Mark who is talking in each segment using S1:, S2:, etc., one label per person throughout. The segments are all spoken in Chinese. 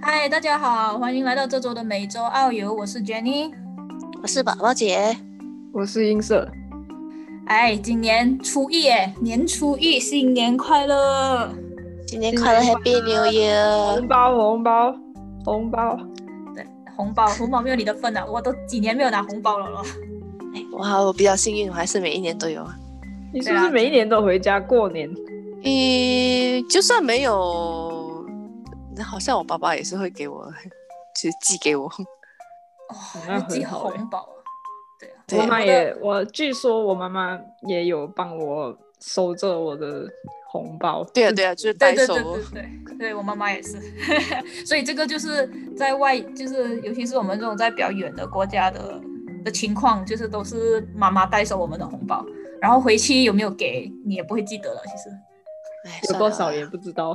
S1: 嗨，大家好，欢迎来到这周的每周澳游，我是 Jenny。
S2: 我是宝宝姐，
S3: 我是音色，
S1: 哎，今年初一哎，年初一，新年快乐！
S2: 新年快乐
S3: 新年
S2: ，Happy New
S3: 红
S2: Year！
S3: 包红包红包，
S1: 对，红 包，红包没有你的份啊了，我都几年没有拿红包了咯。
S2: 哎，我好，我比较幸运，我还是每一年都有啊。
S3: 你是
S1: 对
S3: 不
S1: 啊
S3: 是每一年都回家过年？
S2: 诶，就算没有，好像我爸爸也是会给我，就是寄给我。
S1: 哦，
S3: 那
S1: 要寄
S3: 很好哎
S1: 红包啊！对啊，
S2: 对
S3: 我
S1: 我
S3: 妈
S1: 的
S3: 也，我据说我妈妈也有帮我收着我的红包。
S2: 对啊，对啊，就是
S1: 对
S2: 代
S1: 对
S2: 收
S1: 对。对对，对我妈妈也是， 所以这个就是在外，就是尤其是我们这种在比较远的国家的的情况，就是都是妈妈代收我们的红包，然后回去有没有给你也不会记得了，其实。
S2: 哎
S3: 有
S2: 算
S3: 多
S2: 了
S3: 少
S2: 吧
S1: 啊
S3: 也不知道，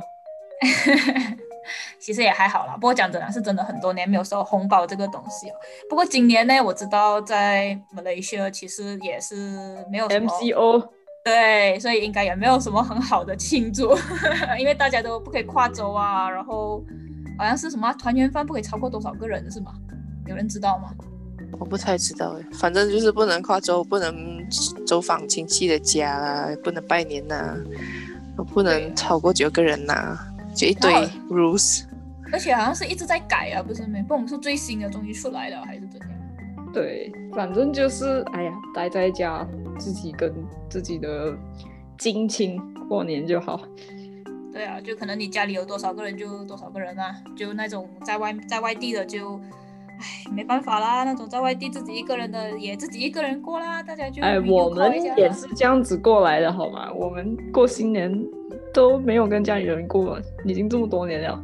S1: 其实也还好啦，不过讲真的，是真的很多年没有收红包这个东西哦。不过今年呢，我知道在马来西亚其实也是没有什么
S3: MCO
S1: 对，所以应该也没有什么很好的庆祝， 因为大家都不可以跨州啊，然后好像是什么啊团圆饭不可以超过多少个人是吗？有人知道吗？
S2: 我不太知道哎，反正就是不能跨州，不能走访亲戚的家啦，不能拜年呐，不能超过九个人呐，就一堆
S1: 然
S2: rules。
S1: 而且好像是一直在改啊，不是没，不懂是最新的终于出来了还是怎样？
S3: 对，反正就是哎呀，待在家自己跟自己的近亲过年就好。
S1: 对啊，就可能你家里有多少个人就多少个人啊，就那种在外在外地的就，唉，没办法啦，那种在外地自己一个人的也自己一个人过啦，大家就
S3: 哎，我
S1: video call
S3: 们
S1: 一下啦
S3: 也是这样子过来的好吗？我们过新年都没有跟家里人过，已经这么多年了，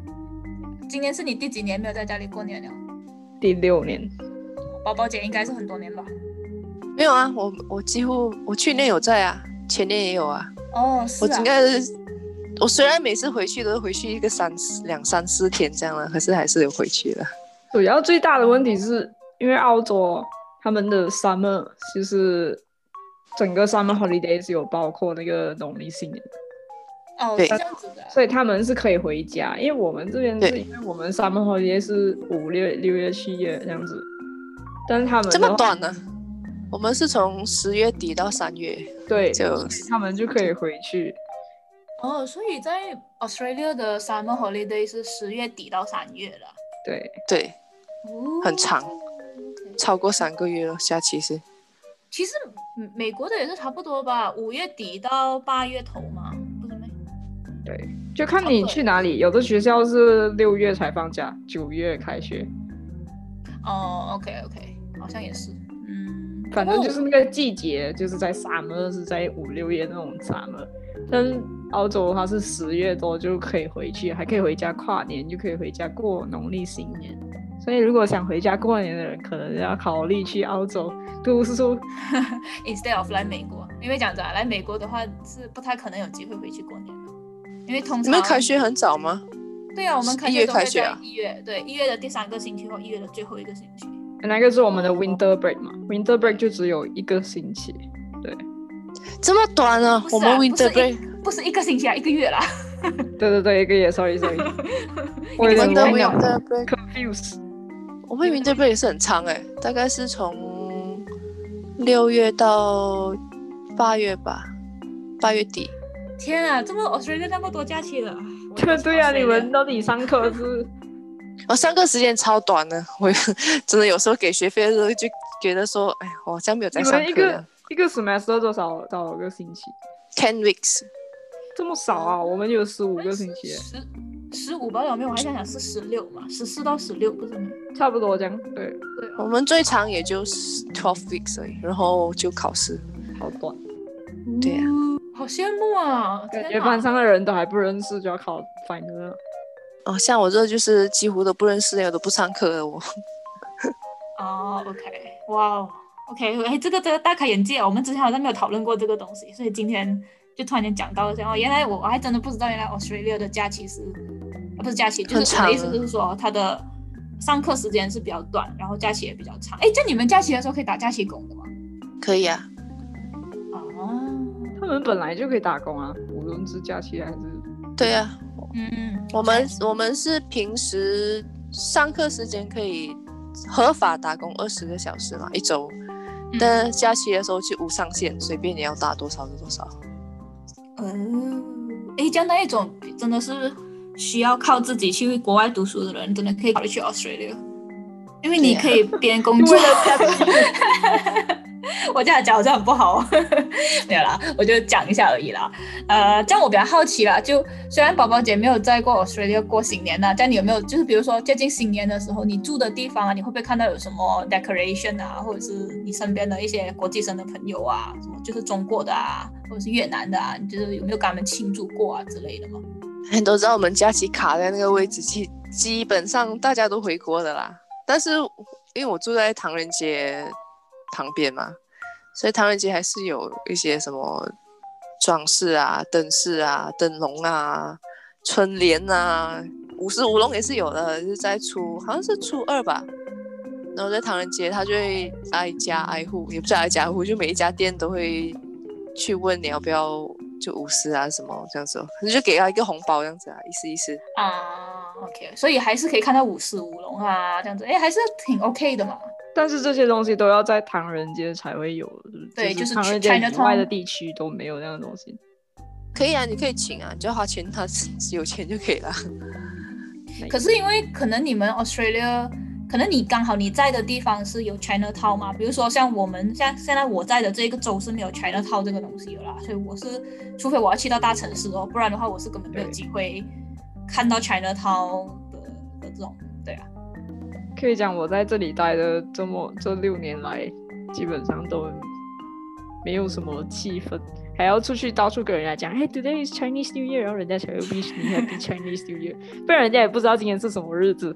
S1: 今年是你第几年没有在家里过年了？
S3: 第六年。
S1: 宝宝姐应该是很多年吧？
S2: 没有啊，我我几乎我去年有在啊，前年也有啊。
S1: 哦，是
S2: 我
S1: 啊
S2: 应，该是，我虽然每次回去都是回去一个三四两三四天这样了，可是还是有回去的。
S3: 主要最大的问题是因为澳洲他们的 summer 就是整个 summer holidays 有包括那个农历新年，
S1: 哦，是
S2: 对
S1: 这样子的啊。
S3: 所以他们是可以回家。因为我们这边是
S2: 对
S3: 因为我们 summer holidays 是五六六月七月这样子，但是他们
S2: 这么
S3: 的话
S2: 短呢、我们是从十月底到三月，
S3: 对，
S2: 就
S3: 他们就可以回去。
S1: 哦，所以在 Australia 的 summer holiday 是十月底到三月了，
S3: 对，
S2: 对，
S1: 哦
S2: 很长
S1: OK
S2: 超过三个月了。假期是，
S1: 其实嗯美国的也是差不多吧，五月底到八月头嘛，不是吗？
S3: 就看
S2: 哦
S3: 你去哪里，有的学校是六月才放假，九月开学，
S1: 哦，OK OK，好像也是，嗯，
S3: 反正就是
S1: 不
S3: 那个季节，就是在 summer 是在五六月那种 summer，但是澳洲它是十月多就可以回去，还可以回家跨年，就可以回家过农历新年。所以如果想回家过年的人，可能要考虑去澳洲读书。
S1: 过 instead of 来美国，因为讲真啊，来美国的话是不太可能有机会回去过年的，因为通
S2: 你们
S1: 常
S2: 开学很早吗？
S1: 对啊，我们开
S2: 一月
S1: 都会
S2: 开学
S1: 在
S2: 啊
S1: 一月，对一月的第三个星期或一月的最后一个星期。
S3: 那个是我们的 winter break 嘛，winter break 就只有一个星期。
S2: 这么短啊！
S1: 不是
S2: 我
S1: 啊
S2: 们 winter
S1: 不是一
S2: break
S1: 不是一个星期啊，一个月啦。
S3: 对对对，一个月，sorry sorry，我有
S1: 一
S3: 点
S1: 个
S2: 们
S1: 星
S2: 的
S1: 期
S3: 忘了
S2: winter break，
S3: confuse。
S2: 我们 winter break 也是很长哎、大概是从六月到八月吧，八月底。
S1: 天啊，这么 Australia 那么多假期了，我
S3: 对
S1: 都是
S3: 对啊，你
S1: Australia
S3: 们到底上 课是？
S2: 我哦上课时间超短的，我 真的有时候给学费的时候就觉得说，哎，我好像没有在
S3: 你
S2: 上
S3: 们一
S2: 课
S3: 个
S2: 了。
S3: 一个 semester 多少少个星期？
S2: Ten weeks，
S3: 这么少啊？
S1: 嗯
S3: 我们有十五个星期耶，
S1: 十十五吧，有没有？我还想想是十六嘛，十四到十六不是吗？
S3: 差不多这样。对，
S1: 对
S2: 我
S1: 哦，
S2: 们最长也就 twelve weeks 而已，然后就考试。
S3: 好短，
S2: 对呀、
S1: 好羡慕啊！
S3: 感
S1: 天
S3: 觉
S1: 哪
S3: 班上的人都还不认识，就要考 final 了。
S2: 哦，像我这就是几乎都不认识的，我都不上课的我。
S1: 哦，OK，哇哦，OK，哎，这个这个大开眼界哦，我们之前好像没有讨论过这个东西，所以今天就突然间讲到了这样，哦，原来我我还真的不知道，原来 Australia 的假期是，啊不是假期，就
S2: 很
S1: 是我的意思
S2: 长啊
S1: 就是说它的上课时间是比较短，然后假期也比较长。哎，就你们假期的时候可以打假期工的吗？
S2: 可以啊，
S1: 哦，
S3: 他们本来就可以打工啊，无论是假期还是
S2: 对啊，
S1: 嗯，
S2: 我们我们是平时上课时间可以合法打工二十个小时嘛，一周。
S3: 嗯
S2: 但假期的时候就无上限，随便你要打多少就多少。
S3: 哦
S1: 嗯，诶，像那一种真的是需要靠自己去国外读书的人，真的可以考虑去 Australia，因为你可以边工作。
S3: 啊为了家庭，
S1: 我这样讲好像很不好，哦 没有啦，我就讲一下而已啦。呃，这样我比较好奇啦，就虽然宝宝姐没有在过 Australia 过新年呐、但你有没有就是比如说接近新年的时候，你住的地方啊，你会不会看到有什么 decoration 啊，或者是你身边的一些国际生的朋友啊，什么就是中国的啊，或者是越南的啊，你就是有没有跟他们庆祝过啊之类的吗？
S2: 你都知道我们假期卡在那个位置，基基本上大家都回国的啦。但是因为我住在唐人街旁边嘛，所以唐人街还是有一些什么装饰啊、灯饰啊、灯笼啊、春联啊、舞狮舞龙也是有的，就是在初好像是初二吧。然后在唐人街，他就会挨家挨户，也不是挨家挨户，就每一家店都会去问你要不要就舞狮啊什么这样子、哦，你就给他一个红包这样子啊，意思意思。
S1: 啊，OK，所以还是可以看到舞狮舞龙啊这样子，哎，还是挺 OK 的嘛。
S3: 但是这些东西都要在唐人街才会有，
S1: 对
S3: 就
S1: 就是
S3: 唐人街以外
S1: Chinatown
S3: 的地区都没有那样的东西。
S2: 可以啊，你可以请啊，你就花钱，他 有钱就可以了。
S1: 可是因为可能你们 Australia，可能你刚好你在的地方是有 China Town 嘛，比如说像我们像现在我在的这个州是没有 China Town 这个东西的啦，所以我是除非我要去到大城市哦，不然的话我是根本没有
S3: 对
S1: 机会看到 China Town 的的这种，对啊，
S3: 可以讲我在这里待的这么这六年来，基本上都没有什么气氛，还要出去到处跟人家讲，哎、t o d a y is Chinese New Year，然后人家才会 wish 你 Happy Chinese New Year，不 然人家也不知道今天是什么日子。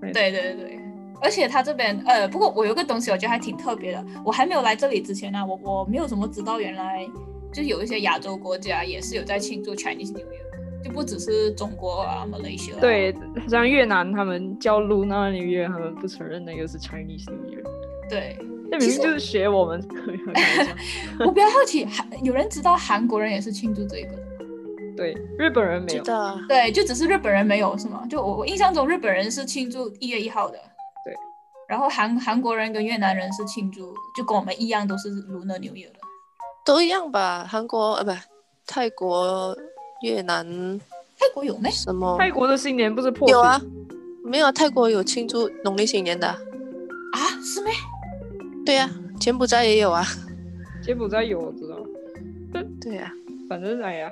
S1: 对对对对。而且他这边，呃，不过我有个东西，我觉得还挺特别的。我还没有来这里之前呢、我我没有什么知道，原来就是有一些亚洲国家也是有在庆祝 Chinese New Year，就不只是中国啊、马来
S2: 哦
S1: 西亚啊。
S3: 对，好像越南他们叫 Lunar New Year，他们不承认那个是 Chinese New Year，
S1: 对，
S3: 那
S1: 其
S3: 明
S1: 实
S3: 明就是学我们。 开玩笑
S1: 我比较好奇，韩有人知道韩国人也是庆祝这个的？
S3: 对，日本人没有。
S2: 道啊，
S1: 对，就只是日本人没有是吗？就我我印象中日本人是庆祝一月一号的，
S3: 对。
S1: 然后韩韩国人跟越南人是庆祝，就跟我们一样都是 Lunar New Year 的。
S2: 都一样吧。韩国呃不，泰国、越南
S1: 泰国有没？
S2: 什么
S3: 泰国的新年不是破
S2: 有啊
S3: 除？？
S2: 没有啊，泰国有庆祝农历新年的啊、
S1: 啊，是没？
S2: 对呀、柬埔寨也有啊。
S3: 柬埔寨有我知道。
S2: 对啊呀、
S3: 反正哎呀，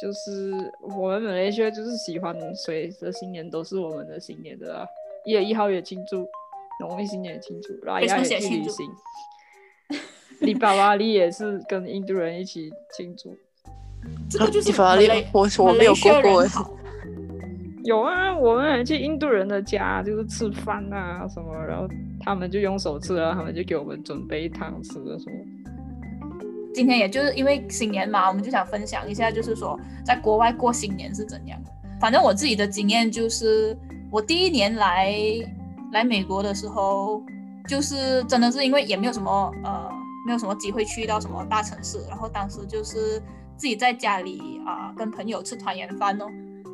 S3: 就是我们马来西亚就是喜欢谁的新年都是我们的新年的、啊，一月一号也庆祝，农历新年也庆祝，拉雅也去旅 行，黎巴巴利也是跟印度人一起庆祝。
S1: 这个就是
S2: 迪法
S1: 马
S2: 啊利
S1: 来，
S2: 我我没有过
S1: 马来西亚
S2: 过
S1: 人。好
S3: 有啊，我们还去印度人的家就是吃饭啊什么，然后他们就用手吃啊，他们就给我们准备汤吃的什么。
S1: 今天也就是因为新年嘛，我们就想分享一下，就是说在国外过新年是怎样。反正我自己的经验就是，我第一年来来美国的时候，就是真的是因为也没有什么呃，没有什么机会去到什么大城市，然后当时就是自己在家里啊、跟朋友吃团圆饭哦，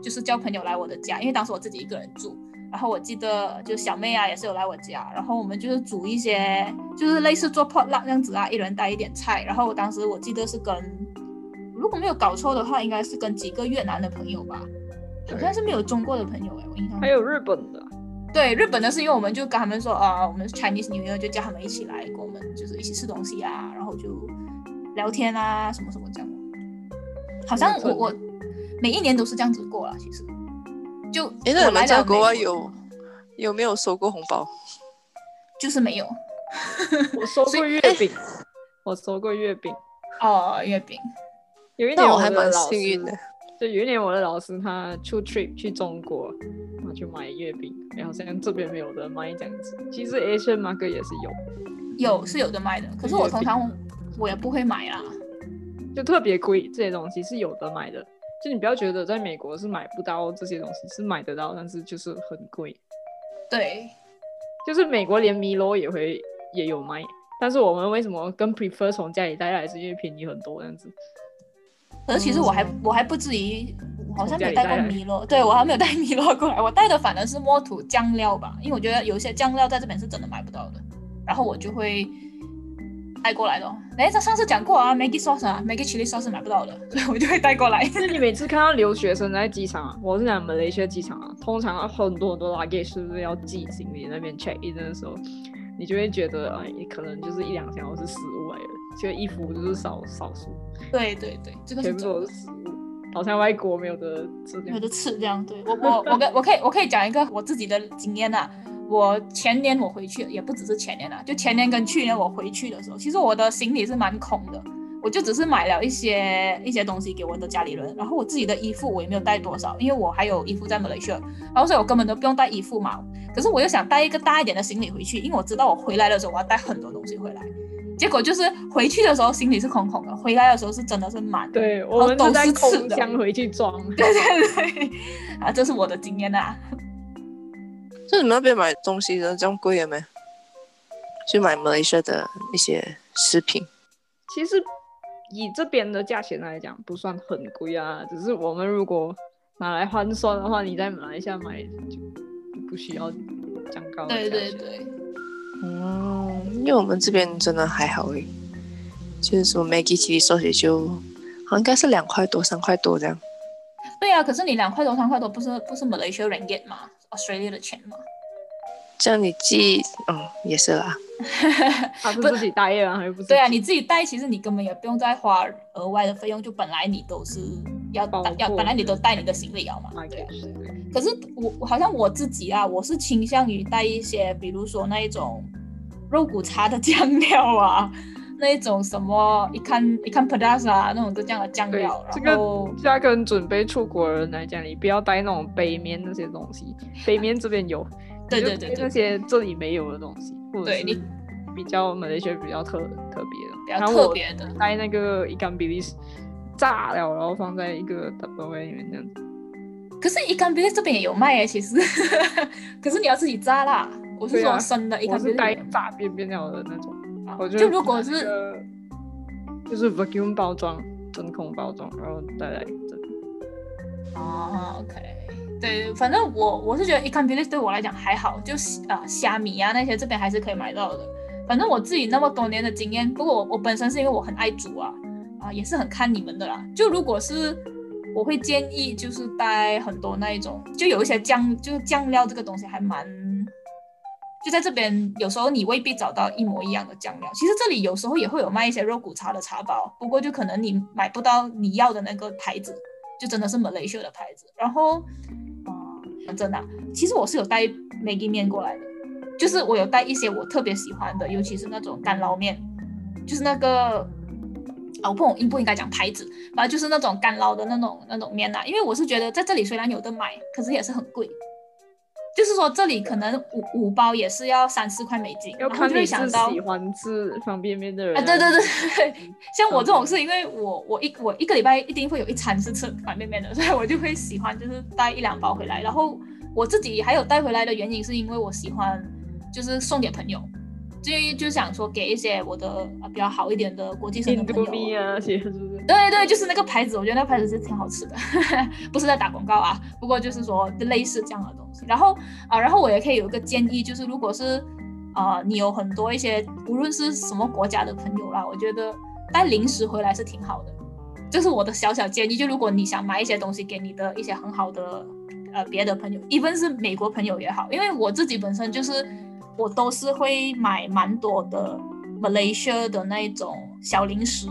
S1: 就是叫朋友来我的家，因为当时我自己一个人住，然后我记得就小妹啊也是有来我家，然后我们就是煮一些就是类似做 pot luck 这样子啊，一人带一点菜。然后我当时我记得是跟如果没有搞错的话，应该是跟几个越南的朋友吧，好像是没有中国的朋友哎、我印象中
S3: 还有日本的，
S1: 对日本的是因为我们就跟他们说啊，我们是 Chinese New Year 就叫他们一起来跟我们就是一起吃东西啊，然后就聊天啊什么什么这样。好像我我每一年都是这样子过了，其实就
S2: 哎，那
S1: 我
S2: 你们
S1: 来
S2: 在
S1: 了
S2: 国
S1: 美
S2: 外有有没有收过红包？
S1: 就是没有
S3: 我收
S1: 所
S3: 过月饼，我收过月饼。
S1: 哦月饼
S3: 有一年
S2: 但我
S3: 的
S2: 还蛮
S3: 老
S2: 幸运
S3: 师
S2: 的。
S3: 就有一年我的老师他出 trip 去中国，然后去买月饼，然后好像这边没有的卖这样子。其实 Asian market 也是有，
S1: 有是有的卖的，可是我通常我也不会买啦。
S3: 就特别贵，这些东西是有的买的。就你不要觉得在美国是买不到这些东西，是买得到，但是就是很贵。
S1: 对，
S3: 就是美国连米罗也会也有卖，但是我们为什么跟 prefer 从家里带来是因为便宜很多这样子？
S1: 可是其实我还我还不至于我好像
S3: 从
S1: 没
S3: 家
S1: 有带
S3: 里
S1: 过
S3: 嗯带来
S1: 米洛，对我还没有带米洛过来，我带的反而是摸土酱料吧，因为我觉得有一些酱料在这边是真的买不到的，然后我就会带过来的哦。哎，他上次讲过啊，Maggie sauce 啊，Maggie chili sauce 是买不到的，所以我就会带过来。
S3: 那你每次看到留学生在机场啊，我是讲马来西亚机场啊，通常很多很多 luggage 是不是要寄行李那边 check in 的时候，你就会觉得啊，你可能就是一两箱都是食物来的，就衣服就是少少数，
S1: 对对对，这个是
S3: 全部
S1: 真的
S3: 都是食物，好像外国没有的质
S1: 有
S3: 量
S1: 的。吃这样。对我我我跟我可以我可以讲一个我自己的经验啊。我前年我回去也不只是前年啦，就前年跟去年我回去的时候，其实我的行李是蛮空的，我就只是买了一些一些东西给我的家里人，然后我自己的衣服我也没有带多少，因为我还有衣服在马来西亚，然后所以我根本都不用带衣服嘛。可是我又想带一个大一点的行李回去，因为我知道我回来的时候我要带很多东西回来。结果就是回去的时候行李是空空的，回来的时候是真的是满的。
S3: 对，我们
S1: 都
S3: 都带
S1: 是吃
S3: 空
S1: 的
S3: 箱回去装。
S1: 对 对对，啊，这是我的经验啊。
S2: 就你们那边买东西的这样贵了没？去买马来西亚的一些食品，
S3: 其实以这边的价钱来讲，不算很贵啊，只是我们如果拿来换算的话，你在马来西亚买就不需要这样高的
S1: 对
S3: 价
S1: 对
S3: 钱。
S1: 对，哦
S2: 嗯，因为我们这边真的还好诶，就是说 Maggie 其实说起就好像应该是两块多、三块多这样。
S1: 对啊，可是你两块多、三块多，不是不是 Malaysia ringgit 吗？Australia 的钱吗？
S2: 这样你寄，嗯，也是啦。
S3: 他是自己待业啊，还是不是？
S1: 对啊，你自己带，其实你根本也不用再花额外的费用，就本来你都是要
S3: 包
S1: 带要，
S3: 括
S1: 本来你都带你的行李要嘛，
S3: 买
S1: 对
S3: 给
S1: 啊。
S3: 谁？
S1: 可是我我好像我自己啊，我是倾向于带一些，比如说那一种肉骨茶的酱料啊，那一种什么一看一看 p a d a s 啊那种这样的酱
S3: 对
S1: 料，，
S3: 这
S1: 然后
S3: 个压根准备出国的人来讲，你不要带那种北面那些东西，北面这 边有，
S1: 对
S3: 你就
S1: 对对
S3: 带
S1: 对
S3: 那些这里没有的东西，或者
S1: 对你
S3: 是比较马来西亚比较特特别的，
S1: 比较
S3: 然后
S1: 特
S3: 我
S1: 别的。
S3: 带那个伊甘比利斯炸了，然后放在一个 double way 里面这样子。
S1: 可是伊甘比利这边也有卖耶，啊其实， 可是你要自己炸啦。我是
S3: 对啊
S1: 说生的伊
S3: 我
S1: 甘比
S3: 是
S1: 利
S3: 带炸边边料的那种，
S1: 啊
S3: 我
S1: 就如果
S3: 买那
S1: 是
S3: 个
S1: 嗯
S3: 就是 vacuum 包装，真空包装，然后带来这里。
S1: 哦，OK，对，反正我我是觉得 Ecombilis 对我来讲还好，就是啊、虾米啊那些这边还是可以买到的。反正我自己那么多年的经验，不过我我本身是因为我很爱煮啊，啊、也是很看你们的啦。就如果是我会建议就是带很多那一种，就有一些酱，就是酱料这个东西还蛮。就在这边，有时候你未必找到一模一样的酱料。其实这里有时候也会有卖一些肉骨茶的茶包，不过就可能你买不到你要的那个牌子，就真的是 Malaysia 的牌子。然后，嗯，真的啊、其实我是有带 Maggi 面过来的，就是我有带一些我特别喜欢的，尤其是那种干捞面，就是那个。啊，我不懂应不应该讲牌子，反正就是那种干捞的那种那种面呐、因为我是觉得在这里虽然有的买，可是也是很贵，就是说这里可能五五包也是要三四块美金，
S3: 要
S1: 然后
S3: 看
S1: 就
S3: 你
S1: 会
S3: 是
S1: 想到
S3: 喜欢吃方便面的人
S1: 啊，对对对，对，像我这种
S3: 嗯
S1: 是因为我我一我一个礼拜一定会有一餐是吃方便面的， 所以我就会喜欢就是带一两包回来。然后我自己还有带回来的原因是因为我喜欢就是送给朋友，就就想说给一些我的啊比较好一点的国 际生
S3: 印
S1: 的朋
S3: 度米
S1: 友。
S3: 啊那些是不是？
S1: 对对，就是那个牌子，我觉得那牌子是挺好吃的， 不是在打广告啊，不过就是说类似这样的东西。然后啊、然后我也可以有一个建议，就是如果是啊、你有很多一些无论是什么国家的朋友啦，我觉得带零食回来是挺好的，这是我的小小建议。就如果你想买一些东西给你的一些很好的呃别的朋友，even 是美国朋友也好，因为我自己本身就是我都是会买蛮多的 Malaysia 的那一种小零食。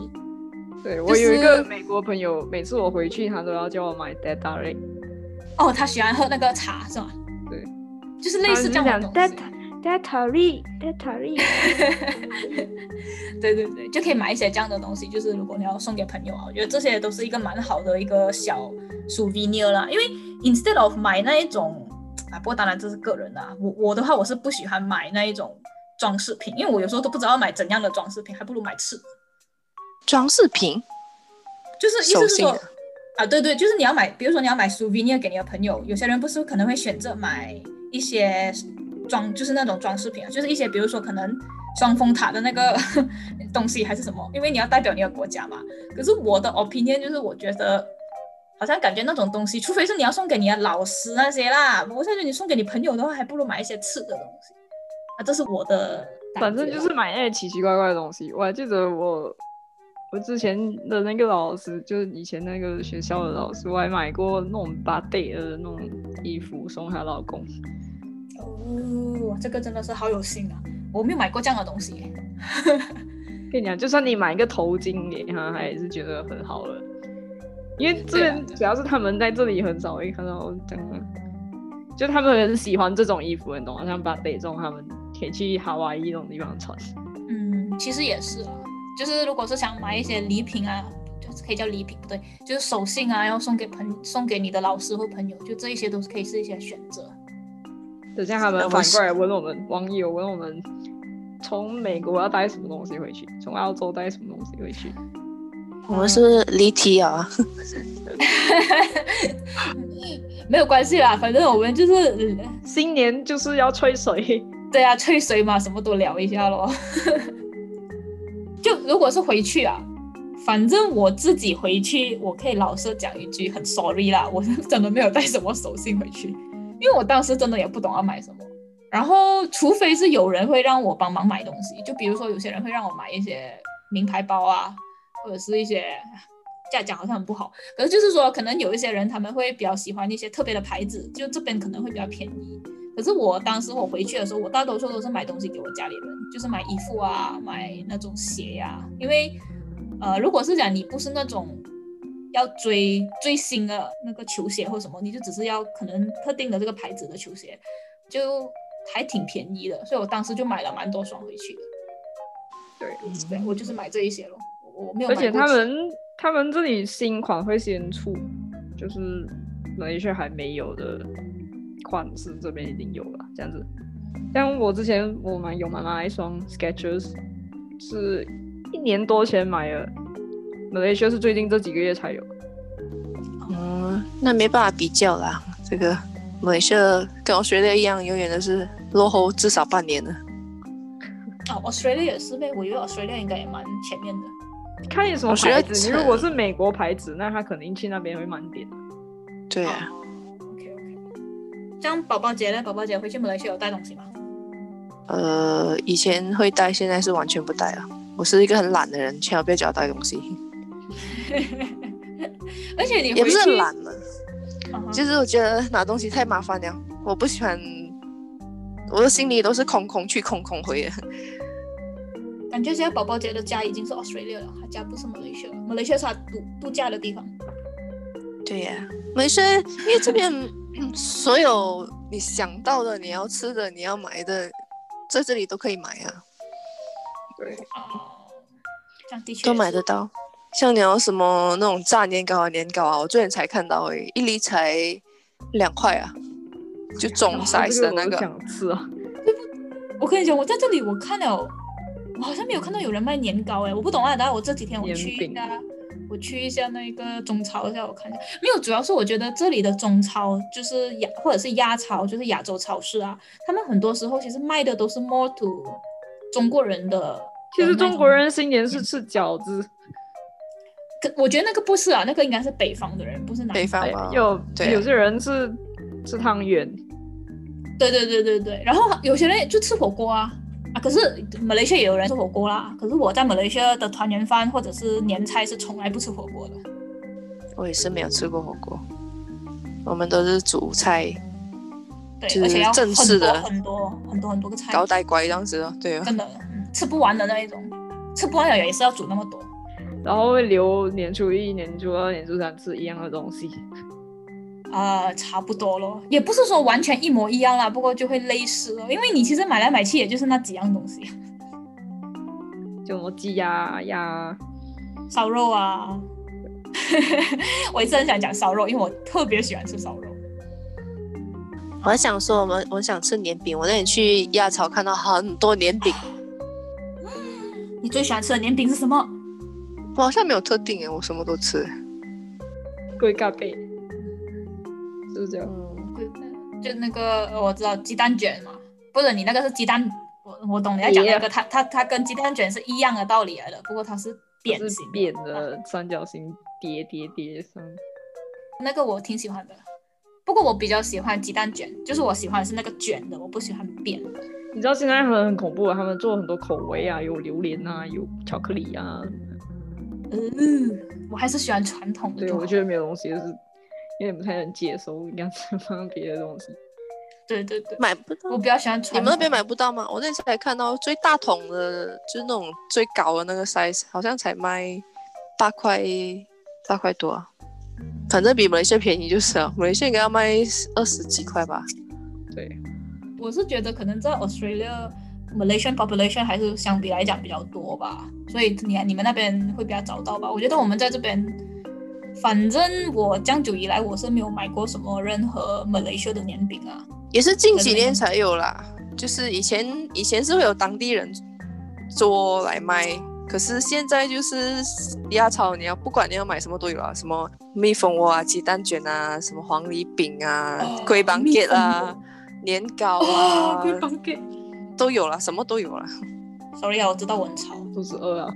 S3: 对我有一个
S1: 是
S3: 美国朋友，每次我回去，他都要叫我买 Dead Dairy，
S1: 哦，他喜欢喝那个茶是吗？
S3: 对，
S1: 就是类似这样的东西。
S3: Dead Dairy Dead Dairy，
S1: 对对对，就可以买一些这样的东西。就是如果你要送给朋友啊，我觉得这些都是一个蛮好的一个小 souvenir 啦。因为 instead of 买那一种啊，不过当然这是个人啦。我我的话，我是不喜欢买那一种装饰品，因为我有时候都不知道买怎样的装饰品，还不如买吃的。
S2: 装饰品，
S1: 就是意思
S2: 手
S1: 是
S2: 信
S1: 说
S2: 的
S1: 啊，对对，就是你要买，比如说你要买 souvenir 给你的朋友，有些人不是可能会选择买一些装，就是那种装饰品啊，就是一些比如说可能双峰塔的那个 东西还是什么，因为你要代表你的国家嘛。可是我的 opinion 就是我觉得。好像感觉那种东西，除非是你要送给你的老师那些啦，我感觉你送给你朋友的话，还不如买一些吃的东西啊。这是我的感觉
S3: 反正就是买那些奇奇怪怪的东西。我还记得我我之前的那个老师，就是以前那个学校的老师，我还买过那种巴蒂的那种衣服送她老公。
S1: 哦，这个真的是好有心啊！我没有买过这样的东西耶。
S3: 跟你讲，就算你买一个头巾给他，他也是觉得很好了。因为这
S1: 对啊
S3: 边主要是他们在这里很少会看到这样的，就他们很喜欢这种衣服，你懂吗？像把北中他们可以去夏威夷那种地方穿。
S1: 嗯，其实也是啊，就是如果是想买一些礼品啊，就是可以叫礼品，不对，就是手信啊，要送给朋送给你的老师或朋友，就这一些都是可以是一些选择。
S3: 等一下他们
S2: 那我
S3: 反
S2: 是
S3: 过来问我们网友，问我们从美国要带什么东西回去，从澳洲带什么东西回去。
S2: 我们是离题啊，
S1: 没有关系啦，反正我们就是
S3: 新年就是要吹水，
S1: 对啊，吹水嘛，什么都聊一下咯。 就如果是回去啊，反正我自己回去，我可以老实讲一句，很 sorry 啦，我是真的没有带什么手信回去，因为我当时真的也不懂要买什么。然后，除非是有人会让我帮忙买东西，就比如说有些人会让我买一些名牌包啊，或者是一些这样讲好像很不好，可是就是说，可能有一些人他们会比较喜欢一些特别的牌子，就这边可能会比较便宜。可是我当时我回去的时候，我大多数都是买东西给我家里人，就是买衣服啊，买那种鞋呀、因为，呃，如果是讲你不是那种要追追星的那个球鞋或什么，你就只是要可能特定的这个牌子的球鞋，就还挺便宜的。所以我当时就买了蛮多双回去的。
S3: 对，
S1: 对我就是买这一些咯，我我没有买过。
S3: 而且他们他们这里新款会先出，就是马来西亚还没有的款式，这边已经有了这样子。像我之前我买有买那一双 Skechers，是一年多前买的，马来西亚是最近这几个月才有。
S2: 嗯，那没办法比较啦。这个马来西亚跟我学的一样，永远都是落后至少半年的。
S1: 哦，Australia 也是呗，我觉得 Australia 应该也蛮前面的。
S3: 看你什么
S2: 我觉得
S3: 牌子，
S2: 这
S3: 你如果是美国牌子，那他肯定去那边会慢点。
S2: 对啊，
S1: OK OK。这样哦宝宝姐呢？宝宝姐回去马来西亚有带东西吗？
S2: 呃，以前会带，现在是完全不带了。我是一个很懒的人，千万不要叫我带东西，
S1: 而且你
S2: 也
S1: 回
S2: 不
S1: 去
S2: 是很懒了，
S1: 啊哈
S2: 就是我觉得拿东西太麻烦了，我不喜欢，我的心里都是空空去，空空回的。
S1: 感觉现在宝宝姐的家已经是 Australia 了，她家不是马来西亚了，马来西亚是她度度假的地方。
S2: 对呀、没事，因为这边嗯所有你想到的、你要吃的、你要买的，在这里都可以买啊，
S1: 哦，这样的确
S2: 都买
S1: 是
S2: 得到。像你要什么那种炸年糕啊、年糕啊，我最近才看到而已，一粒才两块啊，就中
S3: 哇
S2: 嗯 size
S3: 哦这
S2: 的
S3: 个
S2: 那
S3: 我
S2: 个。
S3: 想 吃啊，
S1: 我跟你讲，我在这里我看了，我好像没有看到有人卖年糕哎、我不懂啊。然后我这几天我
S3: 年
S1: 去一
S3: 饼
S1: 下，我去一下那个中超一下，我看一下，没有。主要是我觉得这里的中超就是亚或者是亚超，就是亚洲超市啊，他们很多时候其实卖的都是 more to 中国人的。
S3: 其
S1: 的
S3: 实
S1: 那
S3: 中国
S1: 种
S3: 人新年
S2: 嗯
S3: 是吃饺子，
S1: 可我觉得那个不是啊，那个应该是北方的人，不是南
S2: 北方
S3: 哎
S2: 嘛，
S3: 有
S2: 对啊
S3: 有些人是吃汤圆。
S1: 对对对对对，然后有些人就吃火锅啊啊，可是马来西亚也有人吃火锅啦。可是我在马来西亚的团圆饭或者是年菜是从来不吃火锅的。
S2: 我也是没有吃过火锅，我们都是煮菜，
S1: 对，
S2: 就
S1: 而且要
S2: 是正式的
S1: 很多很多很多很多个菜，
S2: 高带乖这样子哦。对哦，
S1: 真的、嗯吃不完的那一种，吃不完了也是要煮那么多。
S3: 然后会留年初一、年初二、年初三吃一样的东西。
S1: 啊，差不多咯，也不是说完全一模一样啦，不过就会类似咯，因为你其实买来买去也就是那几样东西，
S3: 就什么鸡呀、鸭，
S1: 烧肉啊， 我一直很想讲烧肉，因为我特别喜欢吃烧肉。
S2: 我还想说我们我想吃年饼，我那天去亚超看到很多年饼，
S1: 你最喜欢吃的年饼是什么？
S2: 我好像没有特定诶，我什么都吃。
S3: 龟咖啡，是不是这样？
S2: 嗯，
S1: 就那个呃我知道鸡蛋卷嘛，不是你那个是鸡蛋，我我懂你在讲那个，它它它跟鸡蛋卷是一样的道理来的，不过它是扁
S3: 是
S1: 形
S3: 扁
S1: 啊
S3: 的三角形叠叠叠上，
S1: 那个我挺喜欢的。不过我比较喜欢鸡蛋卷，就是我喜欢是那个卷的，我不喜欢扁的。
S3: 你知道现在很很恐怖啊，他们做很多口味啊，有榴莲啊，有巧克力啊。
S1: 嗯，我还是喜欢传统的
S3: 对，
S1: 就好。
S3: 我觉得没有东西就是有点不太能接受，应该是放别的东西。
S1: 对对对，
S2: 买不到
S1: 我。比较喜欢传
S2: 你
S1: 统。
S2: 们那边买不到吗？我那次还看到最大桶的，就是那种最高的那个 size，好像才卖八块八块多、啊，反正比马来西亚便宜就是了。马来西亚应该要卖二十几块吧？
S3: 对，
S1: 我是觉得可能在 Australia Malaysian population 还是相比来讲比较多吧，所以你你们那边会比较找到吧？我觉得我们在这边，反正我将久以来我是没有买过什么任何 Malaysia 的年饼啊。
S2: 也是近几年才有啦，就是以前以前是会有当地人做来卖，可是现在就是亚超，你要不管你要买什么都有啊，什么蜜蜂窝啊、鸡蛋卷啊、什么黄梨饼啊
S1: 哦、
S2: 龟板
S1: 蜜
S2: 给
S1: 蜂
S2: 啊
S1: 窝、哦
S2: 年糕啊，
S1: 会帮给。
S2: 都有了，什么都有了。
S1: Sorry 啊，我知道我很吵。
S3: 肚子饿啊。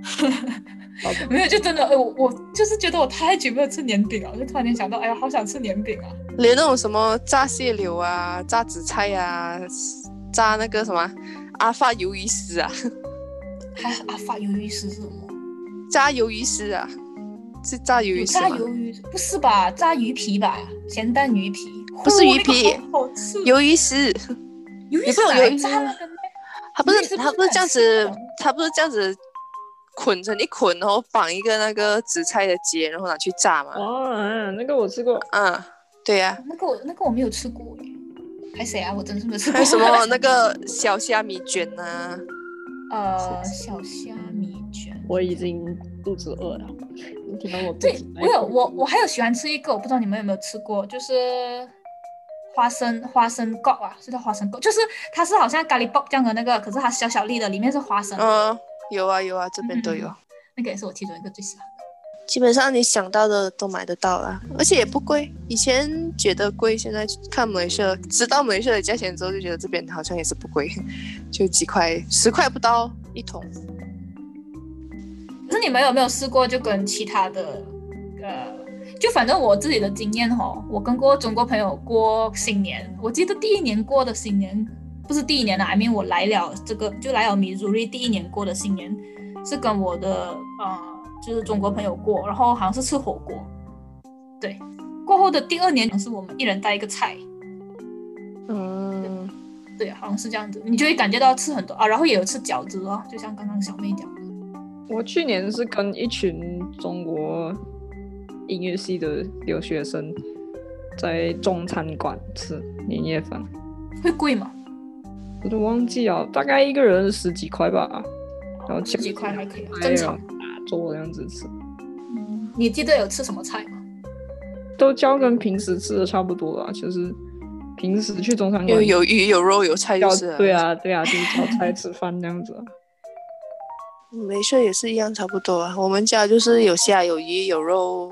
S3: 好吧
S1: 没有，就真的，哎，我我就是觉得我太久没有吃年饼了，我就突然间想到，哎呀，好想吃年饼啊！
S2: 连那种什么炸蟹柳啊、炸紫菜啊、炸那个什么阿发鱿鱼丝啊、
S1: 还啊，发鱿鱼丝是什么？
S2: 炸鱿鱼丝啊，是炸鱿鱼
S1: 有
S2: 丝
S1: 炸
S2: 吗？
S1: 鱿鱼不是吧？炸鱼皮吧，咸蛋鱼皮。
S2: 不是
S1: 哦
S2: 鱼皮
S1: 那个好好吃。哦
S2: 鱿鱼丝，
S1: 鱿鱼
S2: 也不是
S1: 丝啊
S2: 有一
S1: 炸那个咩
S2: 它不是
S1: 鱿鱼丝不
S2: 它
S1: 是
S2: 不是
S1: 很
S2: 这样子
S1: 细吗，
S2: 它不是这样子捆成一捆，然后绑一个那个紫菜的结，然后拿去炸嘛。
S3: 哦，啊那个我吃过，
S2: 嗯，对呀、
S1: 那个我那个我没有吃过诶，还谁啊？我真是没有吃过。
S2: 还有什么那个小虾米卷啊，
S1: 呃，小虾米卷。
S3: 我已经肚子饿了。你听到我肚
S1: 对
S3: 子，
S1: 我有我我还有喜欢吃一个，我不知道你们有没有吃过，就是花生花生糕啊，是叫花生糕，就是它是好像咖喱包这样的那个，可是它小小粒的，里面是花生，
S2: 嗯，有啊有啊，这边都有。
S1: 那个也是我其中一个最喜欢的。
S2: 基本上你想到的都买得到啦，而且也不贵。以前觉得贵，现在看美社，知道美社的价钱之后，就觉得这边好像也是不贵， 就几块，十块不到一桶。
S1: 可是你们有没有试过，就跟其他的，呃，就反正我自己的经验哦，我跟过中国朋友过新年，我记得第一年过的新年，不是第一年啦，I 啊 mean 我来了这个就来了米 i 利第一年过的新年，是跟我的呃就是中国朋友过，然后好像是吃火锅，对，过后的第二年是我们一人带一个菜，
S2: 嗯，
S1: 对，好像是这样子，你就会感觉到吃很多啊，然后也有吃饺子哦，就像刚刚小妹讲的，
S3: 我去年是跟一群中国音乐系的留学生在中餐馆吃年夜饭，
S1: 会贵吗？
S3: 我都忘记了，大概一个人十几块吧，然后
S1: 十
S3: 这
S1: 几
S3: 样
S1: 块还可以，
S3: 还
S1: 正
S3: 有
S1: 常。
S3: 大桌这样子吃，
S1: 你记得有吃什么菜吗？
S3: 都教跟平时吃的差不多啦，就是平时去中餐
S2: 因
S3: 馆
S2: 为有鱼有肉有菜
S3: 叫
S2: 就是了
S3: 嗯对，啊对啊，就是叫菜吃饭这样子啊。
S2: 美社也是一样差不多啊。我们家就是有虾有鱼有肉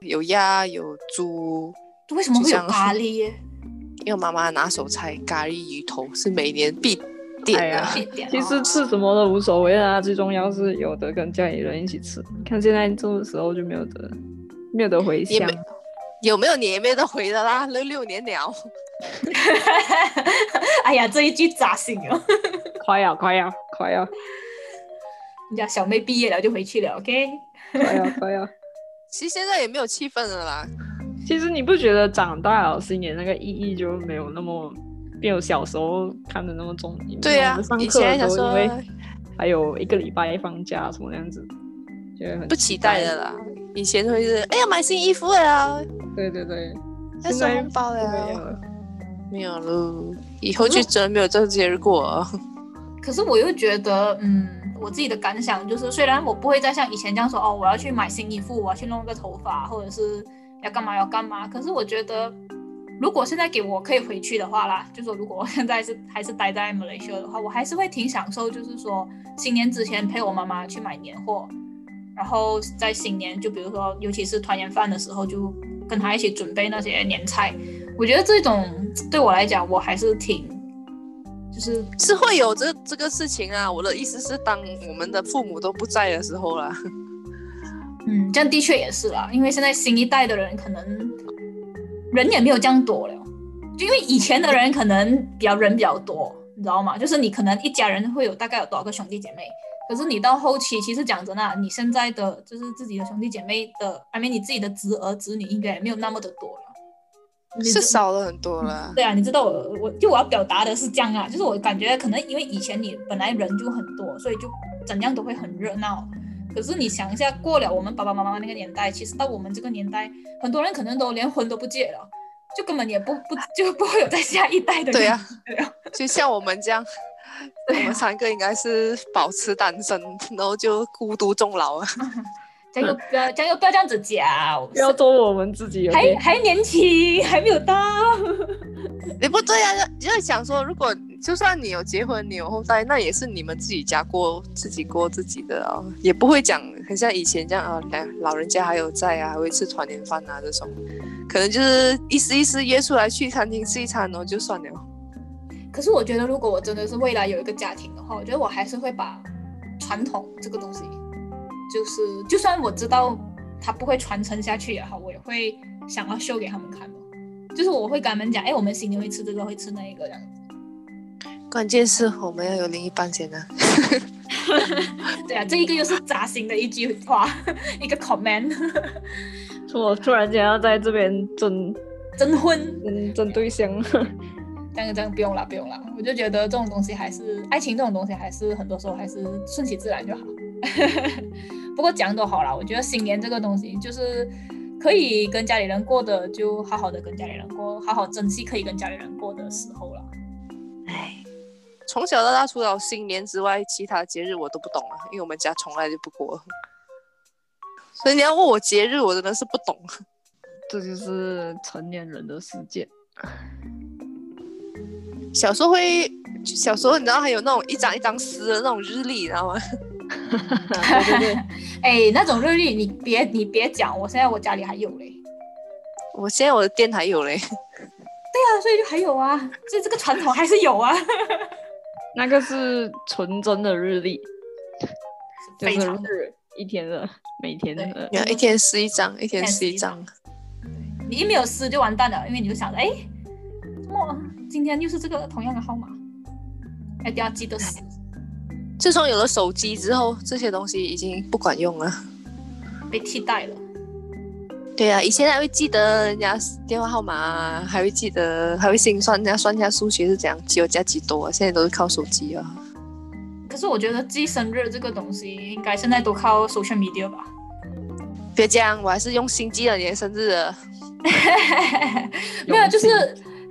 S2: 有鸭有猪，
S1: 为什么会
S2: 就
S1: 有
S2: 像
S1: 咖喱耶？
S2: 因为我妈妈拿手菜咖喱鱼头是每年必点
S3: 哎
S2: 的。
S3: 呀
S1: 一点
S3: 其实
S1: 哦
S3: 吃什么都无所谓啦，最重要是有的跟家里人一起吃。你看现在这个时候就没有得，没有得回
S2: 也
S3: 乡
S2: 没，有没有年也没得回的啦，六六年了。
S1: 哎呀，这一句扎心哦！
S3: 快呀快呀快呀
S1: 人家小妹毕业了就回去了，OK？
S3: 快呀快呀！
S2: 其实现在也没有气氛了啦，
S3: 其实你不觉得长大了新年那个意义就没有那么，没有小时候看的那么重？
S2: 对呀、
S3: 我们嗯上
S2: 以
S3: 课
S2: 前啊
S3: 的
S2: 想
S3: 时候因
S2: 说
S3: 为还有一个礼拜放假什么样子，觉得很
S2: 不期待的啦，以前会是哎呀买新衣服了，
S3: 对对对，
S2: 要
S3: 现
S2: 收
S3: 在
S2: 红包
S3: 没有
S2: 了，
S3: 了。
S2: 没有喽，以后就真的没有这个节日过了。
S1: 可是我又觉得，嗯，我自己的感想就是，虽然我不会再像以前这样说，哦，我要去买新衣服，我要去弄个头发，或者是 要干嘛要干嘛。可是我觉得，如果现在给我可以回去的话啦，就说如果我现在是 还是待在马来西亚的话，我还是会挺享受，就是说新年之前陪我妈妈去买年货，然后在新年就比如说，尤其是团圆饭的时候，就跟她一起准备那些年菜。我觉得这种对我来讲，我还是挺。就是
S2: 是会有这这个事情啊，我的意思是，当我们的父母都不在的时候啦，
S1: 嗯，这样的确也是啦，因为现在新一代的人可能人也没有这样多了，就因为以前的人可能比较人比较多，你知道吗？就是你可能一家人会有大概有多少个兄弟姐妹，可是你到后期，其实讲真啊，你现在的就是自己的兄弟姐妹的，I mean 你自己的侄儿侄女应该也没有那么的多了。你
S2: 是
S1: 知
S2: 少了很多啦。
S1: 对啊，你知道我我就我要表达的是这样啊，就是我感觉可能因为以前你本来人就很多，所以就怎样都会很热闹。可是你想一下，过了我们爸爸妈妈那个年代，其实到我们这个年代，很多人可能都连婚都不结了，就根本也不不就不会有再下一代的人。
S2: 对啊
S1: 对啊，
S2: 就像我们这 样，我
S1: 对啊
S2: 们三个应该是保持单身，然后就孤独终老啊。
S1: 加油不要加油不要这样子讲，
S3: 不要做我们自己有
S1: 还
S3: 点
S1: 还年轻，还没有到。
S2: 你不对啊，你在想说，如果就算你有结婚，你有后代，那也是你们自己家过自己过自己的哦，也不会讲很像以前这样啊，两老人家还有在啊，还会吃团年饭啊这种，可能就是意思意思约出来去餐厅吃一餐，然后就算了。
S1: 可是我觉得，如果我真的是未来有一个家庭的话，我觉得我还是会把传统这个东西，就是就算我知道它不会传承下去也好，我也会想要秀给他们看的。就是我会跟他们讲，哎，我们新年会吃这个，会吃那一个这样子。
S2: 关键是我们要有另一半先啊。
S1: 对啊，这一个又是扎心的一句话， 一个 comment，
S3: 错，突然间要在这边争
S1: 征婚。
S3: 争争对象，
S1: 这样这样不用啦，不用啦。我就觉得这种东西还是爱情这种东西，还是很多时候还是顺其自然就好。 不过讲都好啦，我觉得新年这个东西就是可以跟家里人过的，就好好的跟家里人过，好好珍惜可以跟家里人过的时候啦。
S2: 从小到大，除了新年之外，其他节日我都不懂啊，因为我们家从来就不过。所以你要问我节日，我真的是不懂。
S3: 这就是成年人的世界。
S2: 小时候会，小时候你知道还有那种一张一张撕的那种日历，你知道吗？
S3: 对对对，
S1: 哎，那种日历你别你别讲，我现在我家里还有嘞。
S2: 我现在我的店还有嘞，
S1: 对啊，所以就还有啊，所以这个传统还是有 啊，
S3: 那个是纯真的日历，就
S1: 非
S3: 是
S1: 常
S3: 日一天的，每天的
S1: 对
S2: 一天撕一张，一天撕一张。
S1: 你一没有撕就完蛋了，因为你就想着，哎，怎么今天又是这个同样的号码，一定要记得撕。
S2: 自从有了手机之后，这些东西已经不管用了。
S1: 被替代了。
S2: 对啊，以前还会记得人家电话号码啊，还会记得，还会心算，人家算一下数学是怎样，几有加几多啊。现在都是靠手机啊。
S1: 可是我觉得记生日这个东西，应该现在都靠 social media 吧。
S2: 别这样，我还是用心记了你的生日的。
S1: 没有，就是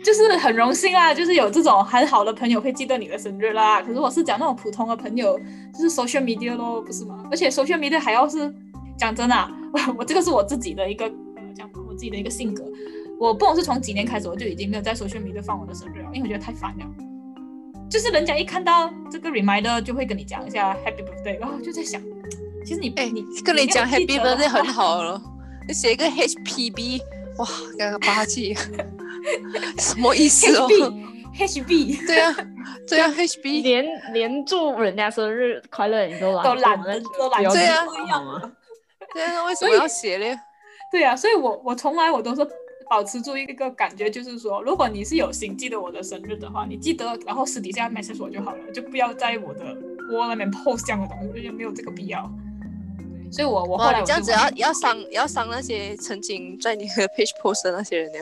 S1: 就是很荣幸啊，就是有这种很好的朋友会记得你的生日啦。可是我是讲那种普通的朋友，就是 social media 咯，不是吗？而且 social media 还要是讲真啊， 我我这个是我自己的一个呃讲吧我自己的一个性格。我不懂是从几年开始，我就已经没有在 social media 放我的生日了，因为我觉得太烦了。就是人家一看到这个 reminder 就会跟你讲一下 happy birthday，然后我就在想，其实你
S2: 哎
S1: 你
S2: 跟你讲
S1: 没有记
S2: Happy
S1: 得啊的
S2: Birthday
S1: 话
S2: 很好了，你 写一个 HPB，哇，那个霸 气，什么意思哦？
S1: HB HB
S2: 对啊，对啊
S3: 你
S2: ，HB，
S3: 连连祝人家生日快乐你都懒，
S1: 都懒得都懒得
S2: 对啊
S1: 不一样了。
S2: 对啊，那为什
S1: 所以
S2: 么要写呢？
S1: 对啊，所以我我从来我都是保持住一个感觉，就是说，如果你是有心记得我的生日的话，你记得，然后私底下 message 我就好了，就不要在我的窝那边 post 这样的东西，我觉得没有这个必要。对，所以我我后
S2: 哇，
S1: 来
S2: 你
S1: 我
S2: 这样
S1: 就
S2: 子要要伤要伤那些曾经在你的 page post 的那些人了。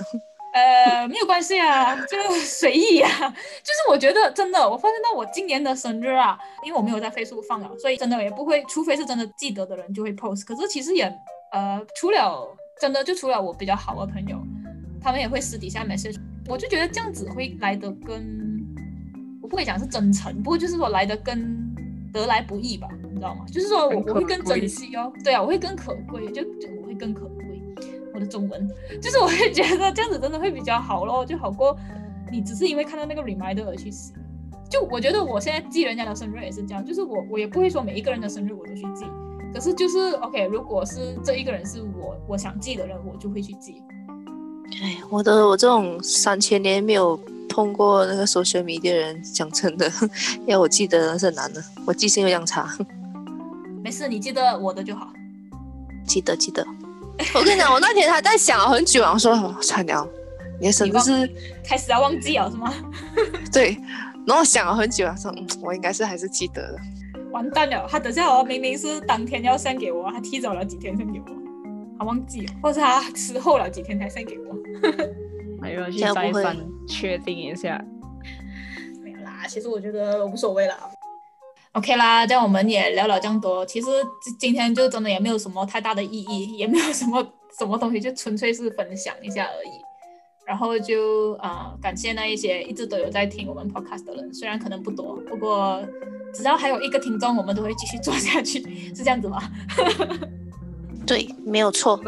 S1: 呃，没有关系啊，就 随意啊。就是我觉得真的，我发现到我今年的生日啊，因为我没有在 Facebook 放了，所以真的也不会，除非是真的记得的人就会 post。可是其实也，呃，除了真的就除了我比较好的朋友，他们也会私底下 message，我就觉得这样子会来的更，我不会讲是真诚，不过就是说来的更得来不易吧，你知道吗？就是说我
S3: 更可
S1: 我会更
S3: 贵
S1: 珍惜哦，对啊，我会更可贵，就就我会更可贵。我的中文就是我会觉得这样子真的会比较好咯，就好过你只是因为看到那个 reminder 而去写。就我觉得我现在记人家的生日也是这样，就是我我也不会说每一个人的生日我都去记，可是就是 OK，如果是这一个人是我我想记的人，我就会去记。
S2: 哎，我的我这种三千年没有碰过那个 social media 的人，讲真的， 要我记得那是很难的，我记性有点差。
S1: 没事，你记得我的就好。
S2: 记得记得。我跟你讲，我那天还在想很久，我说哇菜鸟，哦你的绳
S1: 你
S2: 子
S1: 忘
S2: 是
S1: 开始要忘记了是吗？
S2: 对，然后想了很久，说嗯，我应该是还是记得的。
S1: 完蛋了，他等下哦，明明是当天要 send 给我，他提早了几天 send 给我，他忘记了，或者是他事后了几天才 send 给我。
S3: 还要哎去
S2: 现在
S3: 再
S2: 不会
S3: 三确定一下。
S1: 没有啦，其实我觉得无所谓啦。OK 啦，这样我们也聊了这样多，其实今今天就真的也没有什么太大的意义，也没有什么什么东西，就纯粹是分享一下而已。然后就呃，感谢那一些一直都有在听我们 podcast 的人，虽然可能不多，不过只要还有一个听众，我们都会继续做下 去，是这样子吗？
S2: 对，没有错。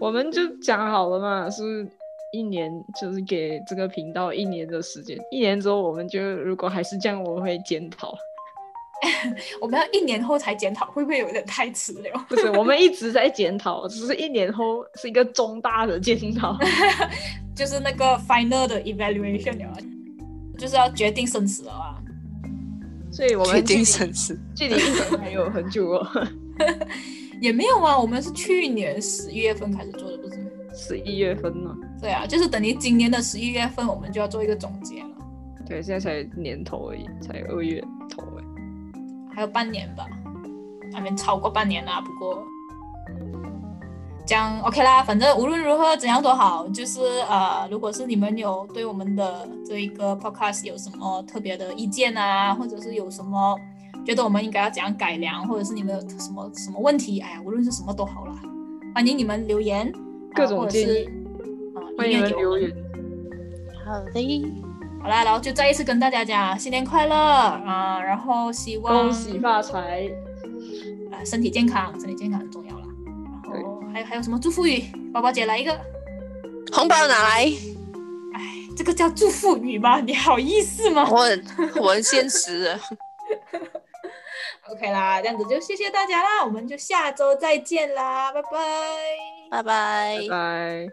S3: 我们就讲好了嘛，是一年，就是给这个频道一年的时间。一年之后，我们就如果还是这样，我会检讨。
S1: 我们要一年后才检讨，会不会有点太迟了？
S3: 不是，我们一直在检讨，只是一年后是一个重大的检讨。
S1: 就是那个 final 的 evaluation 了，就是要决定生死了啊。
S3: 所以我
S2: 确
S3: 们距
S2: 定
S3: 离
S2: 生死，
S3: 距离一年还有很久哦，
S1: 也没有啊，我们是去年十一月份开始做的，不是吗？
S3: 十一月份了。
S1: 对啊，就是等于今年的十一月份，我们就要做一个总结了，
S3: 对，现在才年头而已，才二月头哎。
S1: 还有半年吧，还没超过半年啦。不过，这样 OK 啦，反正无论如何怎样都好，就是呃，如果是你们有对我们的这一个 podcast 有什么特别的意见啊，或者是有什么觉得我们应该要怎样改良，或者是你们有什么什么问题，哎呀，无论是什么都好啦，欢迎你们留言，
S3: 各
S1: 啊
S3: 种
S1: 或者
S3: 建
S1: 是
S3: 议
S1: 啊，
S3: 欢
S1: 意
S3: 迎
S1: 见
S3: 你们
S1: 给我们
S3: 留言。
S2: 好的，
S1: 好啦，然后就再一次跟大家讲新年快乐啊、然后希望
S3: 恭喜发财，
S1: 啊身体健康，身体健康很重要啦。然后还有还有什么祝福语？宝宝姐来一个，
S2: 红包拿来！
S1: 哎，这个叫祝福语吗？你好意思吗
S2: 我很我很现实的，
S1: ？OK 啦，这样子就谢谢大家啦，我们就下周再见啦，拜拜。
S2: 拜拜
S3: 拜拜。